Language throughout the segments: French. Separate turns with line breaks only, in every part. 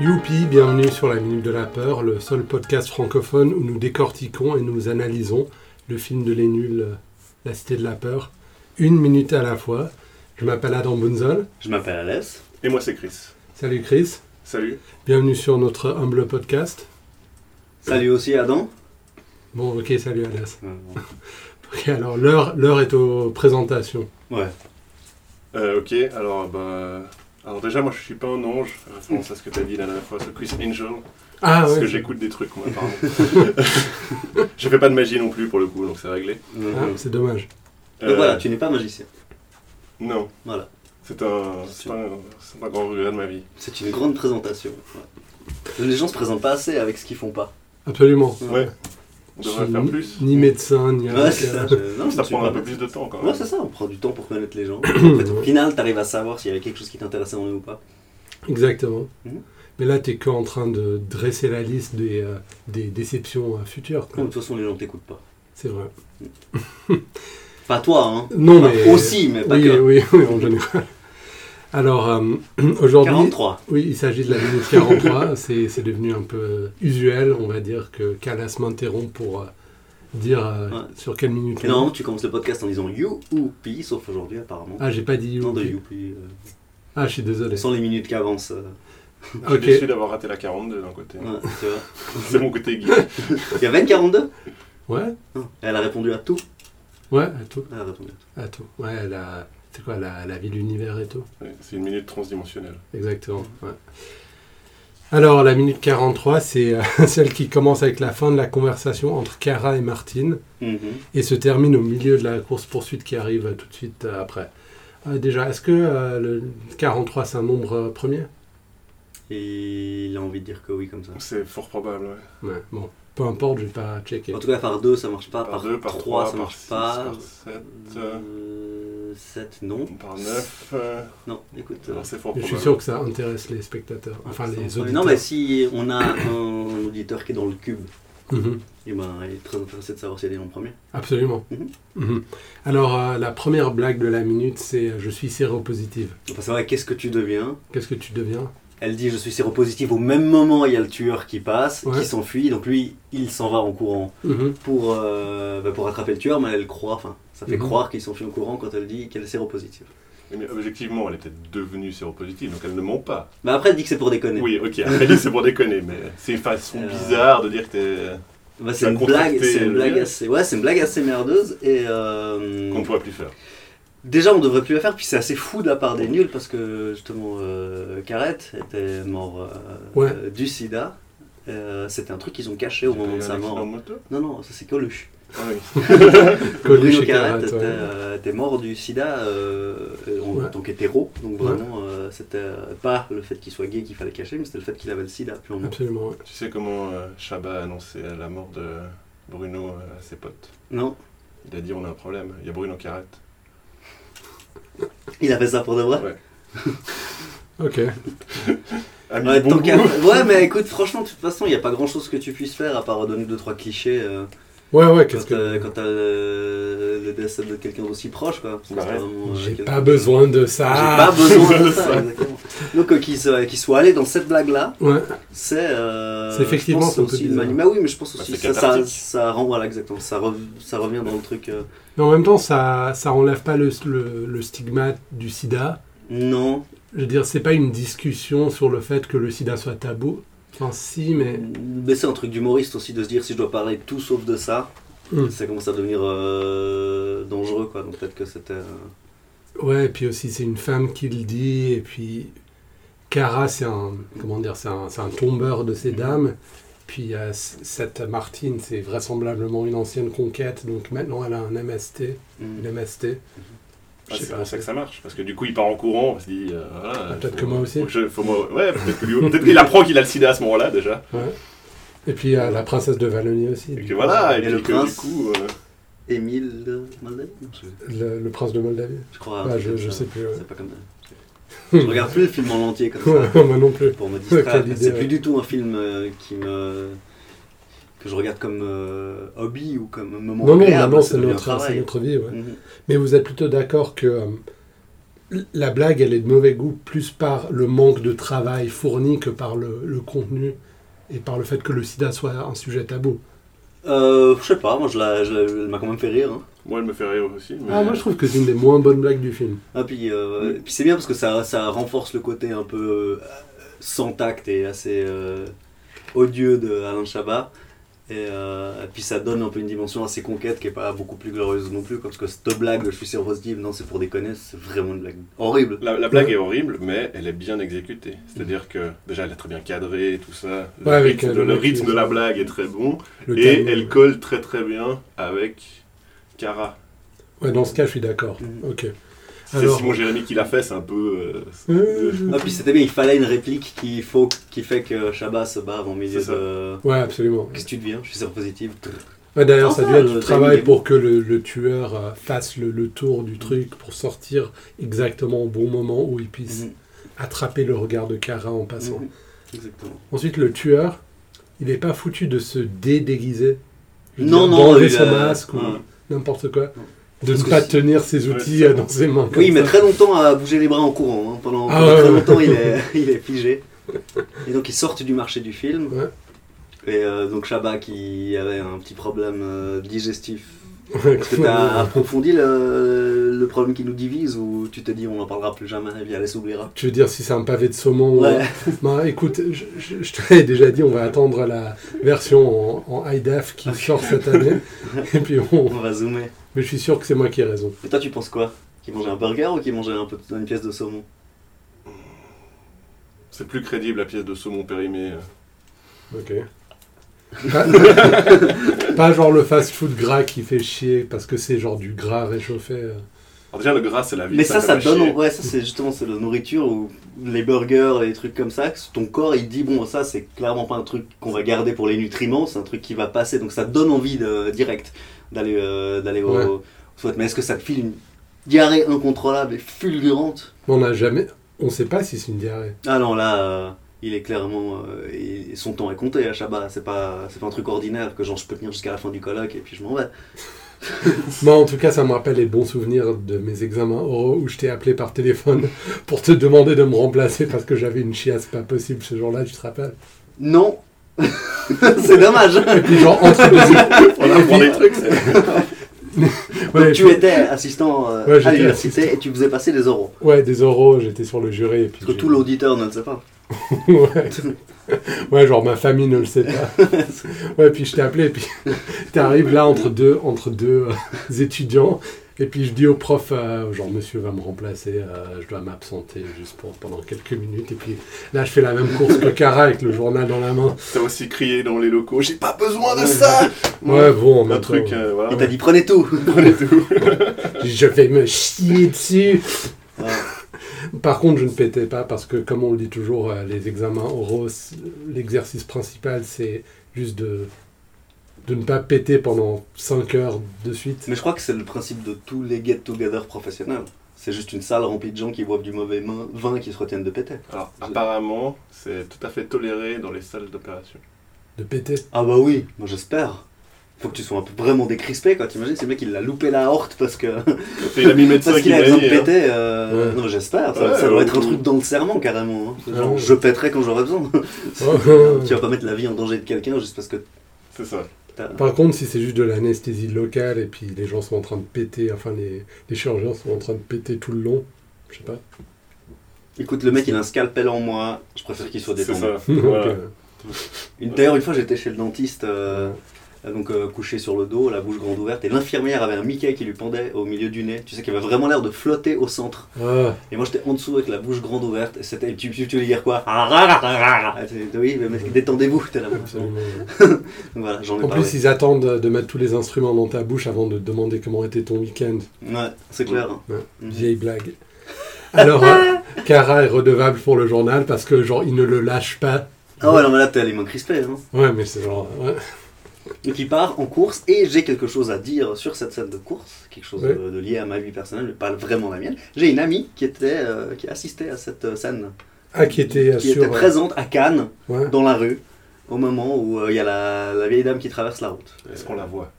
Youpi, bienvenue sur la Minute de la Peur, le seul podcast francophone où nous décortiquons et nous analysons le film de Les Nuls, euh, La Cité de la Peur, une minute à la fois. Je m'appelle Adam Bunzel.
Je m'appelle Alès.
Et moi, c'est Chris.
Salut Chris,
Salut.
bienvenue sur notre humble podcast.
Salut aussi Adam.
Bon, ok, salut Alas. Ok, alors l'heure l'heure est aux présentations.
Ouais.
Euh, ok, alors, bah, alors déjà, moi, je suis pas un ange, référence à ce que t'as dit la dernière fois sur Chris Angel,
Ah
parce que
ouais.
j'écoute des trucs, moi, apparemment. je fais pas de magie non plus, pour le coup, donc c'est réglé.
Ah, c'est dommage.
Euh,
Hein Donc voilà, tu n'es pas magicien.
Non,
Voilà.
c'est un, c'est un, c'est un grand regret de ma vie.
C'est une grande présentation. Ouais. Les gens se présentent pas assez avec ce qu'ils font pas.
Absolument.
Ouais. On devrait
Je
faire
suis
plus.
Ni médecin, ni
Ouais,
avocat.
c'est ça. je- non,
Ça
tu-
prend un peu plus de temps, quand même.
Ouais, c'est ça, on prend du temps pour connaître les gens. en fait, au final, t'arrives à savoir s'il y avait quelque chose qui t'intéressait en eux ou pas.
Exactement.
Mhm.
Mais là, t'es qu'en train de dresser la liste des, euh, des déceptions euh, futures. quoi.
De toute façon, les gens t'écoutent pas.
C'est vrai.
Pas toi, hein.
Non,
Enfin,
mais.
Aussi, mais pas
oui,
que.
oui, oui, en général. Alors, euh, aujourd'hui.
43.
Oui, il s'agit de la minute 43. c'est c'est devenu un peu euh, usuel, on va dire, que Calas m'interrompt pour euh, dire euh,
Ouais.
sur quelle minute. on
Et
est.
normalement, tu commences le podcast en disant youpi, sauf aujourd'hui, apparemment.
Ah, j'ai pas dit
Non, de
youpi.
youpi. euh,
Ah, je suis désolé.
sans les minutes qui avancent. euh,
Je suis
Ok.
déçu d'avoir raté la 42 d'un côté.
ouais, tu vois.
C'est mon côté geek.
Il y avait une 42
Ouais
Elle a répondu à tout.
Ouais, à tout.
Elle a répondu à tout.
À tout. Ouais, la. C'est quoi, la, la vie, l'univers et tout
Ouais, C'est une minute transdimensionnelle.
Exactement. ouais. Alors, la minute 43, c'est euh, celle qui commence avec la fin de la conversation entre Cara et Martine
Mhm.
et se termine au milieu de la course-poursuite qui arrive euh, tout de suite euh, après. Euh, déjà, est-ce que euh, le 43, c'est un nombre euh, premier
Et il a envie de dire que oui comme ça.
C'est fort probable, ouais.
Ouais, bon. Peu importe, je vais pas checker.
En tout cas, Ah, par 2 ça marche pas,
Par 2, par
3
3,
ça
par
marche
6,
pas,
par 7,
7 non.
par 9.
Non, écoute. euh,
Alors c'est fort
Mais je suis
probable.
sûr que ça intéresse les spectateurs, enfin les auditeurs.
Non, mais si on a un auditeur qui est dans le cube,
Mhm,
et ben, il est très intéressé de savoir s'il est en premier.
Absolument.
Mhm.
Mhm. Alors, euh, la première blague de la minute, c'est euh, Je suis séropositive.
Enfin, c'est vrai, qu'est-ce que tu deviens
Qu'est-ce que tu deviens
Elle dit je suis séropositive. Au même moment, il y a le tueur qui passe,
Ouais.
qui s'enfuit. Donc lui, il s'en va en courant.
Mhm,
pour, euh, bah, pour attraper le tueur, mais elle croit, enfin, ça fait
Mhm.
croire qu'ils sont fait au courant quand elle dit qu'elle est séropositive.
Oui, Mais objectivement, elle est peut-être devenue séropositive, donc elle ne ment pas.
Mais après, elle dit que c'est pour déconner.
Oui, ok, après dit c'est pour déconner, mais c'est une façon
Euh.
bizarre de dire que t'es...
Bah,
Ça
c'est une,
a contracté
blague, c'est une
le
blague
virus.
assez, ouais, c'est une blague assez merdeuse. Et euh,
qu'on ne pourrait plus faire.
déjà, on devrait plus la faire, puis c'est assez fou de la part des nuls parce que justement, euh, Carrette était mort euh,
Ouais.
euh, du sida. Euh, C'était un truc qu'ils ont caché au moment de sa mort. Non, non, ça c'est Coluche.
Ah oui.
Coluche
Bruno
et
Carrette
Carrette,
était,
ouais.
euh, était mort du sida euh, en,
Ouais.
en tant qu'hétéro, donc
Ouais.
vraiment euh, c'était euh, pas le fait qu'il soit gay qu'il fallait cacher, mais c'était le fait qu'il avait le sida purement.
Absolument. ouais.
Tu sais comment euh, Chabat a annoncé la mort de Bruno euh, à ses potes
Non,
Il a dit on a un problème, il y a Bruno qui arrête.
il avait ça pour de vrai.
Ok.
Ah, mais
Ouais,
bon
tant
goût.
qu'à- ouais, mais écoute, franchement, de toute façon, il n'y a pas grand chose que tu puisses faire à part donner deux trois clichés euh,
Ouais, ouais, qu'est-ce
quand
que.
t'as quand t'as euh, le, le décès de quelqu'un d'aussi proche, quoi. Parce que
Bah
c'est
ouais.
vraiment, euh,
J'ai
quelqu'un-
pas besoin Ah. de ça.
J'ai pas besoin de ça, exactement. Donc, euh, qu'il soit, qu'il soit allé dans cette blague-là,
Ouais,
C'est euh,
C'est effectivement,
je pense
c'est un peu
aussi une
bizarre.
manie. Bah oui, mais je pense
Bah,
aussi
c'est
que ça, ça,
cathartique.
ça rend voilà exactement ça, rev- ça revient dans le truc. euh,
mais en même temps, ça, ça enlève pas le, le, le stigmate du sida.
non,
Je veux dire, c'est pas une discussion sur le fait que le sida soit tabou. Enfin, si, mais.
mais c'est un truc d'humoriste aussi de se dire si je dois parler de tout sauf de ça,
Hmm.
ça commence à devenir euh, dangereux quoi. Donc peut-être que c'était. euh,
Ouais, et puis aussi, c'est une femme qui le dit, et puis. Cara, c'est un. Comment dire C'est un, c'est un tombeur de ces dames. Puis, euh, c- cette Martine, c'est vraisemblablement une ancienne conquête, donc maintenant elle a un MST.
hmm.
Une MST.
Ah,
Je sais
c'est
pas.
pour ça que ça marche, parce que du coup il part en courant, on se dit euh, voilà,
Ah, peut-être que
faut-
moi aussi.
faut je- faut moi- Ouais, peut-être que lui- peut-être qu'il apprend qu'il a le sida à ce moment-là déjà.
Et puis, euh, la princesse de Valonie aussi.
Et que voilà, et,
Et
puis
le
que
prince.
du coup. euh,
Émile euh, Malden Non, je,
Le, le prince de Moldavie.
je crois. un
Ah,
truc
je,
comme
je
ça.
sais plus. ouais.
C'est pas comme ça. Je regarde plus le film en entier comme ça.
Moi non plus.
pour me distraire.
Quelle idée,
C'est
ouais.
plus du tout un film euh, qui me que je regarde comme euh, hobby ou comme moment
Non, non,
bah,
agréable.
maintenant
ça
c'est
devient un Mm-hmm.
notre, c'est
travail.
notre vie. ouais.
Mhm.
Mais vous êtes plutôt d'accord que euh, la blague, elle est de mauvais goût plus par le manque de travail fourni que par le, le contenu et par le fait que le sida soit un sujet tabou.
Euh, je sais pas, moi je la, je la- elle m'a quand même fait rire. hein.
Moi, elle me fait rire aussi. Mais...
Ah, moi, je trouve que c'est une des moins bonnes blagues du film.
Ah, puis, euh, puis c'est bien parce que ça, ça renforce le côté un peu euh, sans tact et assez euh, odieux de Alain Chabat. Et, euh, et puis ça donne un peu une dimension à ses conquêtes qui est pas beaucoup plus glorieuse non plus. quoi, Parce que cette blague de je suis sûr positive, non, c'est pour déconner, c'est vraiment une blague horrible.
La, la blague est horrible, mais elle est bien exécutée. C'est-à-dire que déjà, elle est très bien cadrée et tout ça. Le
Mm. Ouais, avec,
rythme,
euh,
de,
le
le
mec
rythme
qui-
de la blague est très bon.
Le
et
calme.
elle colle très très bien avec Cara.
Ouais, dans ce cas, je suis d'accord.
Mhm.
Ok.
Mm. C'est
Alors-
Simon Jérémy qui l'a fait, c'est un peu. euh,
Euh, je-
Ah, puis c'était bien, il fallait une réplique qui, faut, qui fait que Chabat se barre en milieu
C'est ça.
de.
Ouais, absolument.
Qu'est-ce que tu deviens Je suis sûr positive.
Ouais, D'ailleurs, ça
Enfin,
doit être
euh,
du
le
travail
timing est
pour que le, le tueur euh, fasse le, le tour du truc pour sortir exactement au bon moment où il
Mm.
puisse
Mhm.
attraper le regard de Cara en passant.
Mhm. Exactement.
Ensuite, le tueur, il n'est pas foutu de se dédéguiser. Je veux
Non,
dire,
non,
d'enlever
il
son
a- Ah.
masque ou
Ouais.
n'importe quoi. De
Parce
ne
que
pas
si-
tenir ses
Ouais,
outils
c'est
euh,
bon.
dans ses mains. comme
Oui, mais
ça.
très longtemps à bouger les bras en courant. hein. Pendant,
Ah
pendant
ouais,
très
ouais.
longtemps, il est, il est figé. Et donc, ils sortent du marché du film.
Ouais.
Et euh, donc, Chabat qui avait un petit problème euh, digestif.
Ouais,
Est-ce que tu as approfondi le, le problème qui nous divise ou tu te dis on n'en parlera plus jamais et puis elle s'oubliera
Tu veux dire si c'est un pavé de saumon ou-
Ouais.
Bah, écoute, je, je- je te l'avais déjà dit, on va attendre la version en, en IDAF qui sort cette année. Et puis on...
On va zoomer.
Mais je suis sûr que c'est moi qui ai raison.
Et toi, tu penses quoi Qui mangeait un burger ou qui mangeait un peu, une pièce de saumon
C'est plus crédible la pièce de saumon périmé. euh.
Ok. Pas, pas genre le fast-food gras qui fait chier parce que c'est genre du gras réchauffé. euh.
Alors déjà, le gras, c'est la vie.
Mais ça, ça,
fait
donne.
chier.
Ouais, ça, c'est justement c'est la nourriture ou les burgers, les trucs comme ça. que Ton corps, il dit bon, ça, c'est clairement pas un truc qu'on va garder pour les nutriments, c'est un truc qui va passer. Donc ça te donne envie de, direct d'aller euh, d'aller au,
Ouais.
au squat. Mais est-ce que ça te file une diarrhée incontrôlable et fulgurante
On n'a jamais. On sait pas si c'est une diarrhée.
Ah non, là, euh, il est clairement. euh, il- son temps est compté à Shabbat. C'est pas, c'est pas un truc ordinaire que genre je peux tenir jusqu'à la fin du colloque et puis je m'en vais.
Moi, en tout cas, ça me rappelle les bons souvenirs de mes examens oraux où je t'ai appelé par téléphone pour te demander de me remplacer parce que j'avais une chiasse pas possible ce jour-là, tu te rappelles
Non C'est dommage
Et puis, genre, entre deux.
On apprend des trucs. c'est-
Ouais,
Donc tu étais assistant euh,
Ouais, j'étais
à l'université et tu faisais passer les oraux.
Ouais, des oraux, j'étais sur le jury. Et puis
Parce que
j'ai-
tout l'auditeur ne le sait pas.
ouais. Ouais, genre ma famille ne le sait pas. Ouais, puis je t'ai appelé, et puis t'arrives là entre deux, entre deux euh, étudiants, et puis je dis au prof, euh, genre monsieur va me remplacer, euh, je dois m'absenter juste pour, pendant quelques minutes, et puis là je fais la même course que Cara avec le journal dans la main.
T'as aussi crié dans les locaux J'ai pas besoin de ça
Ouais, bon, en
Un
même temps,
truc, euh, voilà.
Il t'a dit prenez tout.
Prenez tout.
je vais me chier dessus.
Ouais.
Par contre, je ne pétais pas parce que, comme on le dit toujours, euh, les examens oraux, c- l'exercice principal, c'est juste de, de ne pas péter pendant 5 heures de suite.
Mais je crois que c'est le principe de tous les get-together professionnels. C'est juste une salle remplie de gens qui boivent du mauvais main- vin et qui se retiennent de péter.
Alors, apparemment, c'est tout à fait toléré dans les salles d'opération.
De péter.
Ah bah oui, moi j'espère. Faut que tu sois un peu vraiment décrispé quoi. T'imagines, c'est le mec il a loupé la horte parce que
Et il a mis le médecin
parce
qui
qu'il a
l'a
besoin de
dit. hein.
péter. euh,
Ouais.
Non, j'espère. Ça,
Ouais,
ça doit
ouais,
être un
ouais.
truc dans le serment carrément. hein. C'est genre,
Ouais.
je péterai quand j'aurai besoin.
Oh.
tu vas pas mettre la vie en danger de quelqu'un juste parce que
C'est ça.
t'as.
Par contre, si c'est juste de l'anesthésie locale et puis les gens sont en train de péter, enfin les, les chirurgiens sont en train de péter tout le long, je sais pas.
Écoute, le mec il a un scalpel en moi, je préfère qu'il soit
C'est
détendu.
ça.
Donc,
Voilà.
euh,
Une- D'ailleurs, une fois j'étais chez le dentiste, euh, donc euh, couché sur le dos, la bouche grande ouverte, et l'infirmière avait un Mickey qui lui pendait au milieu du nez, tu sais, qui avait vraiment l'air de flotter au centre.
ah,
Et moi j'étais en dessous avec la bouche grande ouverte, et c'était. Tu, tu, tu veux dire quoi Ah, ah, ah, ah, ah. Et t'es- Oui, mais mec, détendez-vous, t'es là. Donc
absolument.
voilà, j'en ai
En
parlé.
plus, ils attendent de mettre tous les instruments dans ta bouche avant de te demander comment était ton week-end.
Ouais, c'est clair. hein.
Ouais.
Mhm.
Vieille blague. Alors, euh, Cara est redevable pour le journal parce que, genre, il ne le lâche pas.
Ah ouais, non, mais là t'as les mains crispées. Hein.
Ouais, mais c'est genre. ouais.
Donc il part en course et j'ai quelque chose à dire sur cette scène de course, quelque chose
Ouais.
de, de lié à ma vie personnelle, mais pas vraiment la mienne. J'ai une amie qui était euh, qui assistait à cette euh, scène,
Ah, qui était euh,
qui
sur.
était présente à Cannes
ouais.
dans la rue au moment où euh, il y a la, la vieille dame qui traverse la route.
Est-ce qu'on la voit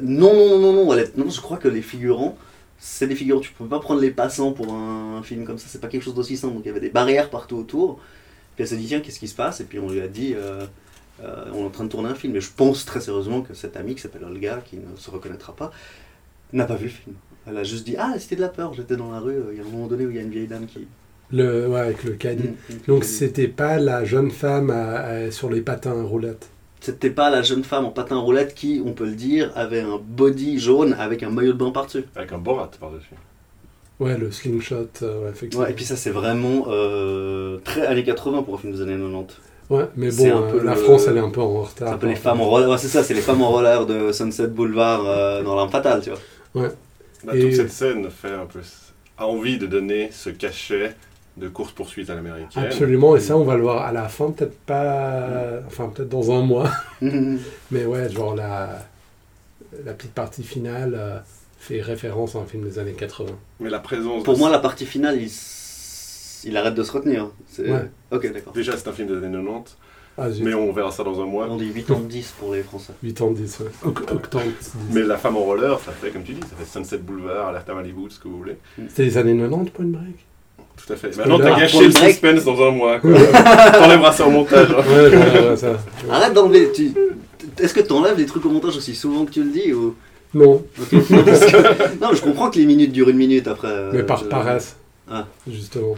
Non non non non, non, elle est- non je crois que les figurants c'est des figures, tu peux pas prendre les passants pour un, un film comme ça, c'est pas quelque chose d'aussi simple. Donc il y avait des barrières partout autour. Puis elle s'est dit, tiens, qu'est-ce qui se passe Et puis on lui a dit, euh, euh, on est en train de tourner un film. Et je pense très sérieusement que cette amie qui s'appelle Olga, qui ne se reconnaîtra pas, n'a pas vu le film. Elle a juste dit, ah, c'était de la peur, j'étais dans la rue, euh, il y a un moment donné où il y a une vieille dame qui.
Le, ouais, avec le
Mm.
caddie. Donc c'était pas la jeune femme à- à- sur les patins à roulettes.
C'était pas la jeune femme en patin à roulette qui, on peut le dire, avait un body jaune avec un maillot de bain par-dessus.
Avec un borat par-dessus.
Ouais, le slingshot, euh, ouais, effectivement.
Ouais, et puis ça, c'est vraiment euh, très années 80 pour un film des années 90.
Ouais, mais bon,
c'est un
euh,
peu
la
le-
France, elle est un peu en retard.
C'est un peu les femmes en roller, ouais, c'est ça, c'est les femmes en roller de Sunset Boulevard euh, dans L'Arme Fatale, tu vois.
Bah,
Et-
Toute cette scène fait un peu... a envie de donner ce cachet de course-poursuite à l'américaine.
Absolument, et ça,
Mm.
on va le voir à la fin, peut-être pas. Enfin, peut-être dans un mois. Mais ouais, genre la, la petite partie finale euh, fait référence à un film des années 80.
Mais la présence...
Pour
de-
moi, la partie finale, il, s- il arrête de se retenir. hein. C'est- euh,
Ouais.
Ok, d'accord.
Déjà, c'est un film des années 90,
Ah, zut,
mais on verra ça dans un mois.
On dit 8 ans de 10 pour les Français.
8 ans 10, ouais. Oc- octante 10.
Mais la femme en roller, ça fait, comme tu dis, ça fait Sunset Boulevard, Alerte à Malibu, ce que vous voulez.
C'était les années 90, Point Break
Tout à fait. Maintenant, t'as
Spoiler.
gâché le
Point break.
suspense dans un mois. quoi. T'enlèveras ça au montage. hein.
Ouais, ouais, ouais, ça.
Arrête d'enlever. Tu... Est-ce que t'enlèves des trucs au montage aussi souvent que tu le dis ou...
Non,
Ok. non, parce que- non, mais je comprends que les minutes durent une minute après. euh,
mais par
je-
paresse.
Ah.
Justement.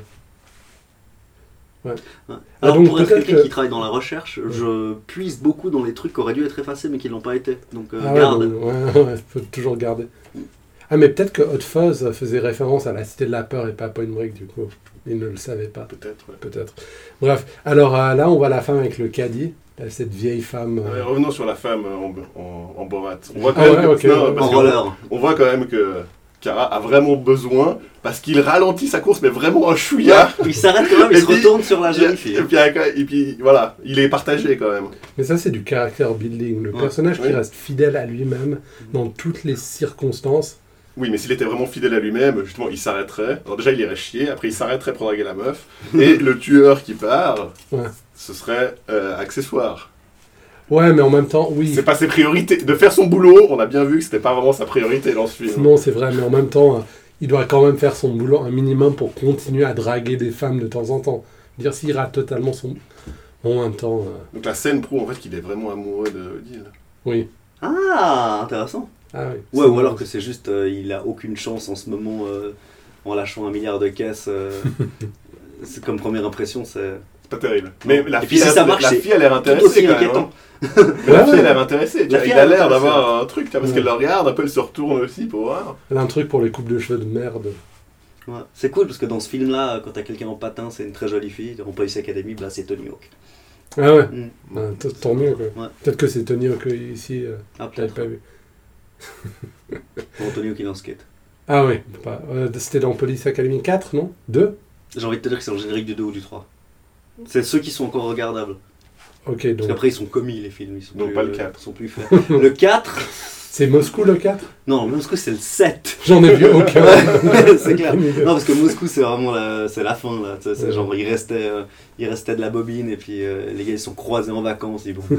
Ouais. Alors,
Ah, donc,
pour être
peut-être
quelqu'un
que-
qui travaille dans la recherche, je puise beaucoup dans les trucs qui auraient dû être effacés mais qui l'ont pas été. Donc, euh,
Ah ouais,
garde.
donc, ouais, ouais, faut toujours garder. Ah, mais peut-être que Hot Fuzz faisait référence à la Cité de la Peur et pas à Point Break, du coup. Il ne le savait pas,
Peut-être, ouais.
peut-être. Bref, alors euh, là, on voit la femme avec le caddie. Là, Cette vieille femme. euh,
Ouais, revenons sur la femme euh, en, en, en Borat. On voit quand
Ah
même
ouais,
que-
ok.
non, parce
En
qu'on-
roller.
on voit quand même que Kara a vraiment besoin parce qu'il ralentit sa course, mais vraiment un chouïa.
Il s'arrête quand même, il
Et
se
puis-
retourne sur la
Et
jeune
puis,
fille.
et puis, voilà, il est partagé quand même.
Mais ça, c'est du caractère building. Le
Ouais,
personnage qui
oui.
reste fidèle à lui-même dans toutes les circonstances.
Oui, mais s'il était vraiment fidèle à lui-même, justement, il s'arrêterait. Alors déjà, il irait chier, après, il s'arrêterait pour draguer la meuf. Et le tueur qui part,
Ouais.
ce serait euh, accessoire.
Ouais, mais en même temps, oui.
C'est pas ses priorités. De faire son boulot, on a bien vu que c'était pas vraiment sa priorité dans ce film.
Non, c'est vrai, mais en même temps, euh, il doit quand même faire son boulot un minimum pour continuer à draguer des femmes de temps en temps. Je veux Dire s'il rate totalement son. Bon, en même temps, euh,
Donc la scène prouve en fait qu'il est vraiment amoureux de Odile.
oui.
Ah, intéressant.
Ah oui.
Ouais, ou alors que c'est juste, euh, il a aucune chance en ce moment euh, en lâchant un milliard de caisses. euh, c'est comme première impression, c'est
C'est pas terrible. Mais la
Et
fille,
puis si
a-
ça marche,
la
c'est
fille a l'air
tout aussi
intéressée quand même.
inquiétant.
hein. Mais la
Ouais,
fille a
ouais.
l'air intéressée. tu
La
vois.
fille
Il
a
a
l'air
l'air d'avoir un truc, tu vois, parce
Ouais.
qu'elle le regarde, un peu elle se retourne aussi pour voir.
Elle a un truc pour les coupes de cheveux de merde.
Ouais. C'est cool parce que dans ce film-là, euh, quand t'as quelqu'un en patin, c'est une très jolie fille. En Police Academy, bah, c'est Tony Hawk.
Ah ouais.
Mm.
Ah, t- tant mieux, quoi.
Ouais.
Peut-être que c'est Tony Hawk ici, euh,
Ah,
j'avais
peut-être.
pas vu.
Bon, Tony Hawk, il est en skate.
Ah oui, pas- euh, c'était dans Police Academy 4, non 2
J'ai envie de te dire que c'est le générique du 2 ou du 3. C'est ceux qui sont encore regardables.
Ok,
Parce
donc.
qu'après, ils sont commis, les films. Ils sont
Donc
plus,
pas le
euh,
4.
sont plus faits. le 4,
C'est Moscou le 4
non, Moscou, c'est le 7.
J'en ai vu aucun.
c'est clair.
Aucune idée.
Non, parce que Moscou, c'est vraiment la, c'est la fin, là. Tu sais, C'est
Ouais.
genre, il restait, euh, il restait de la bobine, et puis euh, les gars, ils se sont croisés en vacances. Ils, bon,
Ouais,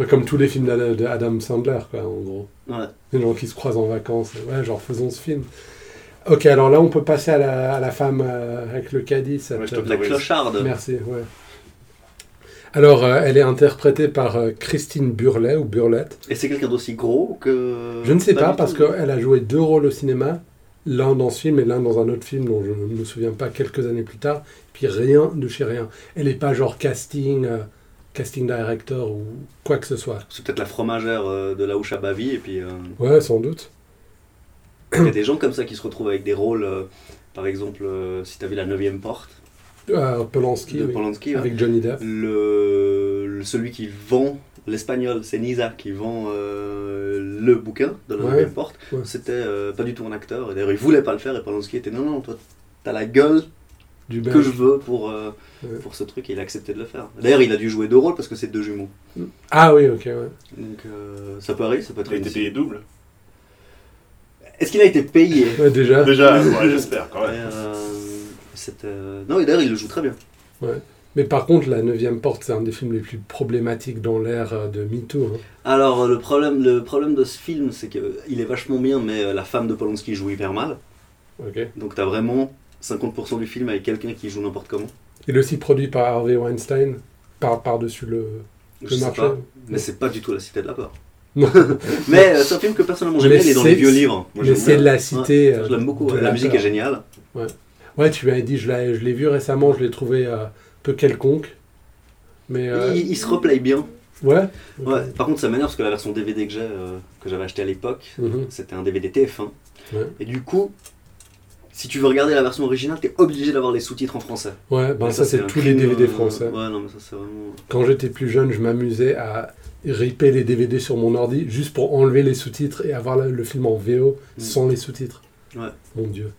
Bah, Comme tous les films d'Ada- d'Adam Sandler, quoi, en gros.
ouais.
Les gens qui se croisent en vacances. Ouais, genre faisons ce film. Ok, alors là, on peut passer à la, à la femme euh, avec le caddie. cette,
Ouais, je
euh,
La clocharde.
Merci, ouais. Alors, euh, elle est interprétée par euh, Christine Burlet ou Burlette.
Et c'est quelqu'un d'aussi gros que.
Je ne sais pas,
Euh, du
parce
tout.
qu'elle a joué deux rôles au cinéma, l'un dans ce film et l'un dans un autre film dont je ne me souviens pas quelques années plus tard, puis rien de chez rien. Elle n'est pas genre casting, euh, casting director ou quoi que ce soit.
C'est peut-être la fromagère euh, de la Houche à Bavi, et puis. euh,
Ouais, sans doute.
Il y a des gens comme ça qui se retrouvent avec des rôles, euh, par exemple, euh, si t'as vu La 9ème porte
Euh, Polanski,
de
oui,
Polanski, ouais.
avec Johnny Depp.
le, le- celui qui vend l'espagnol, c'est Nisa qui vend euh, le bouquin de La
Ouais.
9ème porte.
Ouais.
C'était euh, pas du tout un acteur, et d'ailleurs il voulait pas le faire, et Polanski était non, non, toi t'as la gueule
Du
que
Belge.
je veux pour, euh,
Ben Ouais.
pour ce truc, et il a accepté de le faire. D'ailleurs, il a dû jouer deux rôles parce que c'est deux jumeaux.
Ah oui, ok, ouais.
Donc euh, ça peut arriver, ça peut être
Il a été
réussi.
payé double.
Est-ce qu'il a été payé
Ouais, déjà.
Déjà, ouais, j'espère quand même.
euh, Et, euh, c'était- Non, et d'ailleurs, il le joue très bien.
Ouais. Mais par contre, La Neuvième Porte, c'est un des films les plus problématiques dans l'ère euh, de MeToo. hein.
Alors, le problème, le problème de ce film, c'est qu'il est vachement bien, mais euh, la femme de Polanski joue hyper mal.
Ok.
Donc, t'as vraiment 50% du film avec quelqu'un qui joue n'importe comment.
Il est aussi produit par Harvey Weinstein, par- par-dessus le, le
Je sais
marché.
pas. Mais c'est pas du tout la cité de la peur.
Non.
mais euh, c'est un film que personnellement j'aime
Mais
bien, il est dans les
c'est-
vieux livres.
Mais
Moi, j'aime
c'est
bien.
de la cité.
Je
euh,
l'aime beaucoup,
de
ouais. la musique
peur.
est géniale.
Ouais, tu m'avais dit, je l'ai, je l'ai vu récemment, je l'ai trouvé euh, peu quelconque. Mais. euh,
Il, il se replaye bien.
Ouais.
Ouais. Par contre, ça m'énerve parce que la version DVD que j'ai, euh, que j'avais acheté à l'époque,
Mhm.
c'était un DVD TF1.
Ouais.
Et du coup, si tu veux regarder la version originale, t'es obligé d'avoir les sous-titres en français.
Ouais, ben
Et
ça, c'est
un
tous les
crime,
DVD
euh,
français.
Ouais, non, mais ça c'est vraiment.
Quand j'étais plus jeune, je m'amusais à ripper les DVD sur mon ordi juste pour enlever les sous-titres et avoir le, le film en VO
Mm.
sans les sous-titres.
Ouais.
Mon dieu.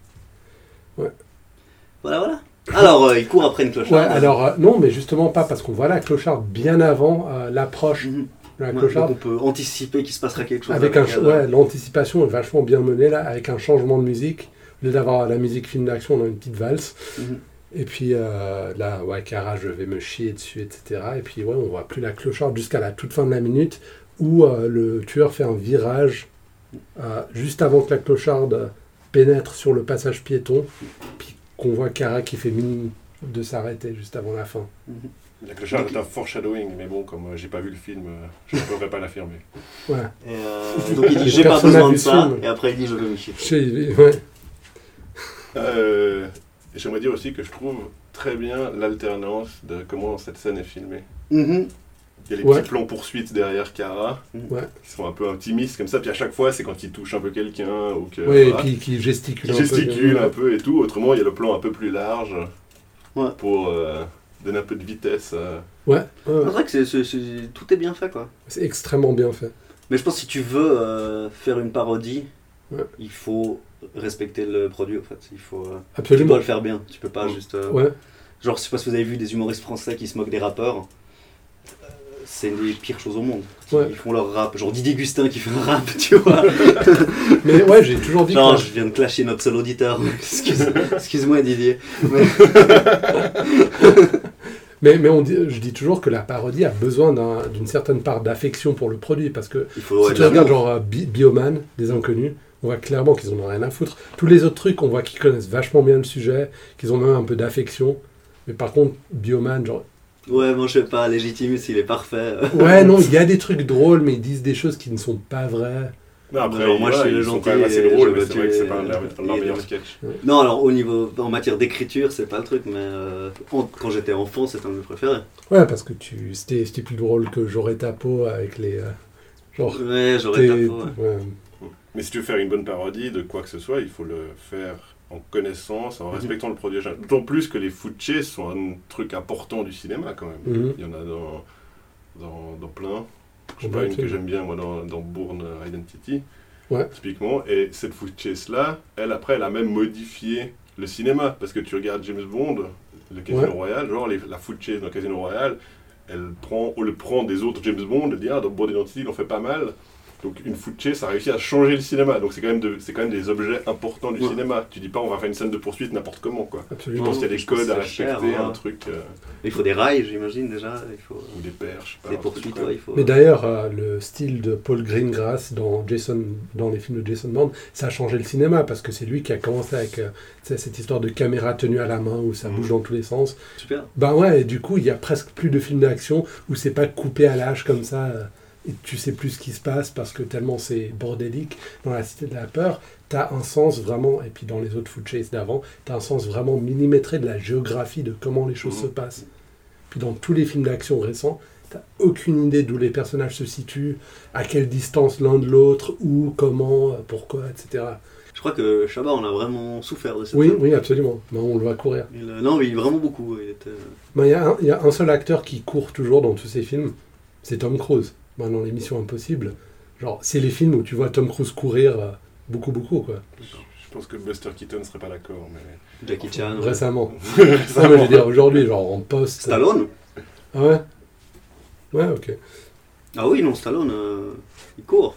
Voilà, voilà. Alors, euh, il court après une cloche.
Ouais, alors, euh, non, mais justement pas, parce qu'on voit la clocharde bien avant euh, l'approche
Mhm.
de la
Ouais,
clocharde.
donc on peut anticiper qu'il se passera quelque chose.
avec un ch-
elle.
ouais, l'anticipation est vachement bien menée là, avec un changement de musique. Au lieu d'avoir la musique film d'action, on a une petite valse.
Mhm.
Et puis euh, là, ouais, Cara, je vais me chier dessus, etc. Et puis ouais, on voit plus la clocharde jusqu'à la toute fin de la minute où euh, le tueur fait un virage euh, juste avant que la clocharde pénètre sur le passage piéton, puis qu'on voit Cara qui fait mine de s'arrêter juste avant la fin.
La clocharde est un foreshadowing, mais bon, comme euh, j'ai pas vu le film, euh, je ne pourrais pas l'affirmer.
Ouais.
Et, euh, donc il dit j'ai pas
Personne n'a
besoin
vu
de
ce
ça.
film.
Et après il dit je veux me chier.
Je sais, ouais.
Euh, J'aimerais dire aussi que je trouve très bien l'alternance de comment cette scène est filmée.
Mm-hmm.
Mhm.
Il y a les
Ouais.
petits plans poursuites derrière Cara,
Ouais.
qui sont un peu intimistes comme ça, puis à chaque fois c'est quand il touche un peu quelqu'un ou que.
Ouais, et
voilà.
puis qui gesticule.
Il
un peu.
gesticule un peu et tout, autrement il y a le plan un peu plus large
Ouais.
pour euh, donner un peu de vitesse. euh.
Ouais, ouais,
C'est
ouais.
vrai que c'est- c'est- c'est- tout est bien fait quoi.
c'est extrêmement bien fait.
Mais je pense que si tu veux euh, faire une parodie,
Ouais.
il faut respecter le produit en fait. Il faut. euh, tu dois
Absolument.
le faire bien. Tu peux pas
Ouais.
juste. euh,
Ouais.
Genre je sais pas si vous avez vu des humoristes français qui se moquent des rappeurs. Euh, C'est une des pires choses au monde.
Ouais.
Ils font leur rap. Genre Didier Gustin qui fait un rap, tu vois.
Mais ouais, j'ai toujours dit que
Genre, je viens de clasher notre seul auditeur. Excuse- Excuse-moi, Didier.
Mais, mais on dit- je dis toujours que la parodie a besoin d'un- d'une certaine part d'affection pour le produit. Parce que
Il faut.
si
être
tu regardes genre euh, Bi- Bioman, des inconnus, on voit clairement qu'ils en ont rien à foutre. Tous les autres trucs, on voit qu'ils connaissent vachement bien le sujet, qu'ils ont même un peu d'affection. Mais par contre, Bioman, genre.
Ouais, moi je sais pas, Légitimus il est parfait.
Ouais, non, il y a des trucs drôles, mais ils disent des choses qui ne sont pas vraies.
Non, après,
Alors, moi,
moi,
je suis
ils
le
sont
gentil
quand même assez
et
drôles,
je
mais
vais
c'est vrai que c'est
tuer
pas leur, leur
les-
meilleur sketch.
Non, alors au niveau, en matière d'écriture, c'est pas le truc, mais euh, en- quand j'étais enfant, c'était un de mes préférés.
Ouais, parce que tu c'était c'était plus drôle que J'aurais ta peau avec les. euh, genre.
Ouais, j'aurais
t'es-
tapé. Ouais.
ouais.
Mais si tu veux faire une bonne parodie de quoi que ce soit, il faut le faire en connaissance, en respectant le produit. original. D'autant plus que les futchés sont un truc important du cinéma quand même.
Mhm.
Il y en a dans, dans, dans plein. Je sais
Oh,
pas,
bah,
une que
absolument.
j'aime bien, moi, dans, dans Bourne Identity,
Ouais.
typiquement. Et cette chase-là, elle, après, elle a même modifié le cinéma. Parce que tu regardes James Bond, le Casino
Ouais.
Royale, genre les- la chase dans Casino Royale, elle prend, on le prend des autres James Bond, elle dit, ah, dans Bourne Identity, il en fait pas mal. Donc une chase, ça a réussi à changer le cinéma. Donc c'est quand, même de- c'est quand même des objets importants du
Ouais.
cinéma. Tu dis pas, on va faire une scène de poursuite n'importe comment, quoi. Je
Absolument.
pense qu'il y a des
Je pense
codes à
que c'est cher,
respecter,
hein.
un truc, euh,
Il faut des rails, j'imagine déjà. Il faut.
ou des perches.
Des poursuites, ouais, il faut.
Mais d'ailleurs, euh, le style de Paul Greengrass dans, Jason, dans les films de Jason Bourne, ça a changé le cinéma parce que c'est lui qui a commencé avec euh, tu sais, cette histoire de caméra tenue à la main où ça
Mhm.
bouge dans tous les sens.
Super.
Ben ouais, et du coup, il y a presque plus de films d'action où c'est pas coupé à l'âge comme ça euh, et tu sais plus ce qui se passe parce que tellement c'est bordélique dans la cité de la peur. T'as un sens vraiment, et puis dans les autres food chase d'avant, t'as un sens vraiment millimétré de la géographie de comment les choses
Mhm.
se passent. Puis dans tous les films d'action récents, t'as aucune idée d'où les personnages se situent, à quelle distance l'un de l'autre, où, comment, euh, pourquoi, etc.
Je crois que Chabat, on a vraiment souffert de cette
Oui,
scène.
oui, absolument. Ben, on le voit courir.
Il, euh, non, mais il- vraiment beaucoup. Il était... euh,
Ben, Il y, a un- il y a un seul acteur qui court toujours dans tous ces films, c'est Tom Cruise. Ben, dans l'émission Impossible, genre, c'est les films où tu vois Tom Cruise courir euh, beaucoup, beaucoup, quoi.
Je pense que Buster Keaton serait pas d'accord, mais.
Jackie Chan.
Récemment.
Ça
Non, mais je veux dire, aujourd'hui, genre, en poste.
Stallone
Ah ouais Ouais, ok.
Ah oui, non, Stallone, euh, il court.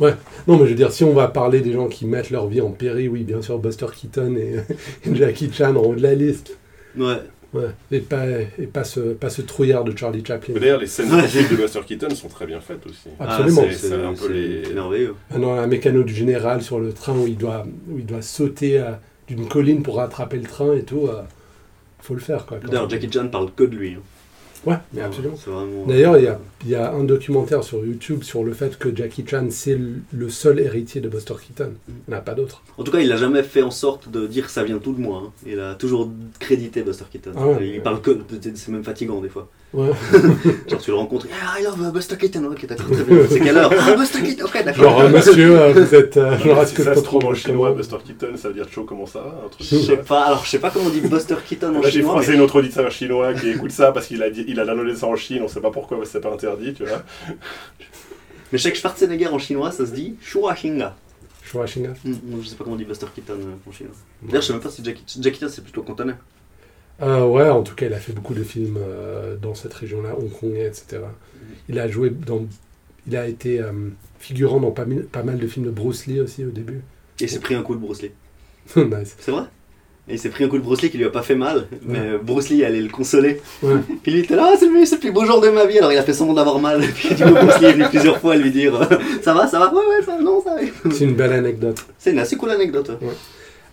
Non, mais je veux dire, si on va parler des gens qui mettent leur vie en péril, oui, bien sûr, Buster Keaton et, et Jackie Chan en haut de la liste.
Ouais.
Ouais. Et pas, et pas, ce, pas ce trouillard de Charlie Chaplin.
Mais d'ailleurs, les scènes intimes de Buster Keaton sont très bien faites aussi.
Absolument.
Ah, c'est-
C'est un
c'est
peu les-
c'est merveilleux.
Ah non, un mécano du général sur le train où il doit, où il doit sauter euh, d'une colline pour rattraper le train et tout. euh, faut le faire quoi. quand
D'ailleurs,
on-
Jackie Chan parle que de lui. hein.
Ouais, mais absolument.
C'est vraiment-
D'ailleurs, il y a, il y a un documentaire sur YouTube sur le fait que Jackie Chan, c'est le- le seul héritier de Buster Keaton. Il n'y en a pas d'autre.
En tout cas, il n'a jamais fait en sorte de dire ça vient tout de moi. hein. Il a toujours crédité Buster Keaton.
Ah ouais.
il parle que. de- C'est même fatigant des fois.
Ouais.
Genre, tu le rencontres. Ah, I love Buster Keaton. Ok, d'accord, très bien. C'est quelle heure Ah, Buster Keaton. Ok, d'accord.
Genre, euh, monsieur, euh, vous êtes. euh,
Non,
genre,
mais
est-ce
si
que je
ça
peux
se trouve
trouver
en
un
chinois,
commande
Buster Keaton, ça veut dire Cho, comment ça va Un truc
Je
comme
sais
ça.
pas, alors je sais pas comment on dit Buster Keaton en
Là, j'ai
chinois.
froissé
mais-
notre auditeur chinois qui écoute ça parce qu'il a, dit- il a downloadé ça en Chine, on sait pas pourquoi, parce que c'est pas interdit, tu vois.
Mais je sais que Schwarzenegger en chinois ça se dit Shuahinga.
Shuashinga
Je sais pas comment on dit Buster Keaton euh, en chinois. D'ailleurs, je sais même pas si Jackie, Jackie Chan c'est plutôt cantonais.
Euh, ouais, en tout cas, il a fait beaucoup de films euh, dans cette région-là, hongkongais, etc. Il a joué dans. Il a été euh, figurant dans pas, mi- pas mal de films de Bruce Lee aussi au début.
Et il s'est pris un coup de Bruce Lee.
nice.
C'est vrai Et il s'est pris un coup de Bruce Lee qui lui a pas fait mal, mais Bruce Lee allait le consoler.
Ouais.
Puis lui était là, Ah, c'est le, c'est le plus beau jour de ma vie. Alors il a fait semblant d'avoir mal. Puis du coup, Bruce Lee est venu plusieurs fois lui dire euh, Ça va, ça va Ouais, ouais, ça va, non, ça va.
C'est une belle anecdote.
C'est une assez cool anecdote.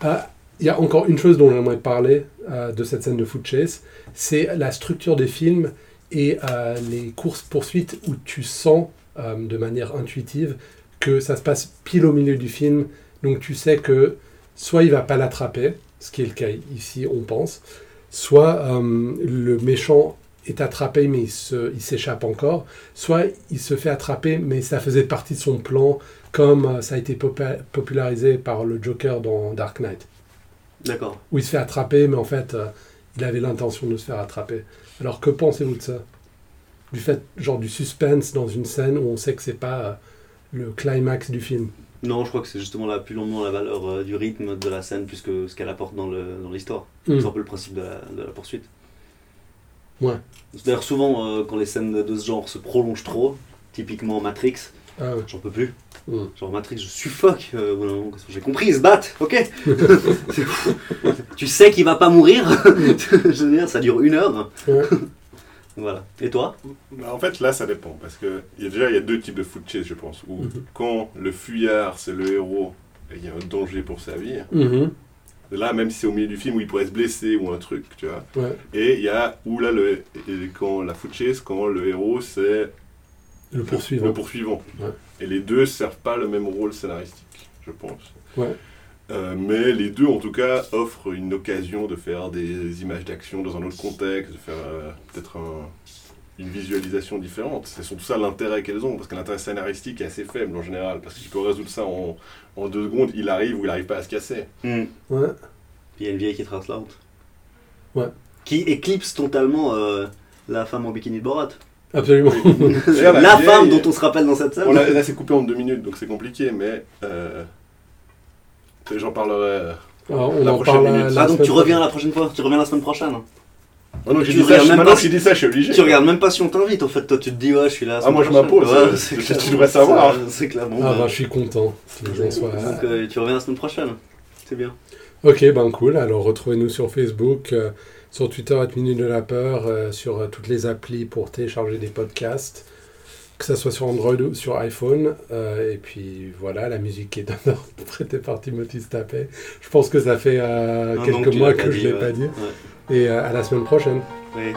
Euh, Il y a encore une chose dont j'aimerais parler euh, de cette scène de foot chase c'est la structure des films et euh, les courses-poursuites où tu sens euh, de manière intuitive que ça se passe pile au milieu du film. Donc tu sais que soit il va pas l'attraper, ce qui est le cas ici, on pense, soit euh, le méchant est attrapé mais il se- il s'échappe encore, soit il se fait attraper mais ça faisait partie de son plan comme euh, ça a été popa- popularisé par le Joker dans Dark Knight,
D'accord.
où il se fait attraper mais en fait euh, il avait l'intention de se faire attraper. Alors que pensez-vous de ça Du fait genre du suspense dans une scène où on sait que c'est pas euh, le climax du film.
Non, je crois que c'est justement la plus longuement la valeur euh, du rythme de la scène plus que ce qu'elle apporte dans le- dans l'histoire. C'est un peu le principe de la, de la poursuite.
Hmm. Ouais.
D'ailleurs, souvent, euh, quand les scènes de ce genre se prolongent trop, typiquement Matrix,
Ah,
j'en peux plus.
Hmm.
Mm.
Genre Matrix, je suffoque. euh, au bout d'un moment, parce que j'ai compris, ils se battent, ok Tu sais qu'il va pas mourir. je veux dire, ça dure une heure.
Ouais.
voilà. Et toi
Bah, en fait, là, ça dépend. Parce que il y a déjà, il y a deux types de foot chase, je pense. Où
Mhm.
quand le fuyard, c'est le héros, et il y a un danger pour sa vie.
Mm-hmm.
Mhm.
Là, même si c'est au milieu du film où il pourrait se blesser ou un truc, tu vois.
Ouais.
Et il y a où là, le, et quand la foot chase, quand le héros, c'est
Le poursuivant.
le poursuivant.
Ouais.
Et les deux servent pas le même rôle scénaristique, je pense.
Ouais.
Euh, mais les deux, en tout cas, offrent une occasion de faire des images d'action dans un autre contexte, de faire euh, peut-être un- une visualisation différente. C'est surtout ça l'intérêt qu'elles ont, parce que l'intérêt scénaristique est assez faible en général, parce que tu peux résoudre ça en, en deux secondes, il arrive ou il arrive pas à se casser.
Hmm.
Ouais.
Puis il y a une vieille qui traverse la route.
Ouais.
Qui éclipse totalement euh, la femme en bikini de Borat.
Absolument.
D'ailleurs,
la
la bah, vieille-
femme dont on se rappelle dans
Ah,
cette salle.
On a, là, c'est coupé en deux minutes, donc c'est compliqué, mais euh, j'en parlerai. euh.
Alors, on
La
en
prochaine
parle à
minute.
la
Ah donc
semaine
tu reviens la prochaine fois, tu reviens la semaine prochaine.
Ah non,
Tu
j'ai dit ça,
regardes
je-
même
maintenant
pas-
que j'ai dit ça, je suis obligé.
Tu regardes même pas si on t'invite en fait, toi tu te dis ouais je suis là. la
Ah,
semaine
moi, je
prochaine.
m'impose,
Ouais,
euh,
c'est
tu-
clair.
tu devrais savoir.
C'est- C'est clairement.
Ah
ouais.
bah, je suis content qu'ils en soient.
Donc euh, tu reviens la semaine prochaine. C'est bien.
Ok, ben cool. Alors retrouvez-nous sur Facebook, euh, sur Twitter, à Minute de la Peur, euh, sur euh, toutes les applis pour télécharger des podcasts, que ce soit sur Android ou sur iPhone. Euh, et puis voilà, la musique est interprétée par Timothy Stappé. Je pense que ça fait euh,
Un an
quelques
tu
mois
l'as
que je ne l'ai
ouais.
pas dit.
Ouais.
Et euh, à la semaine prochaine.
Ouais.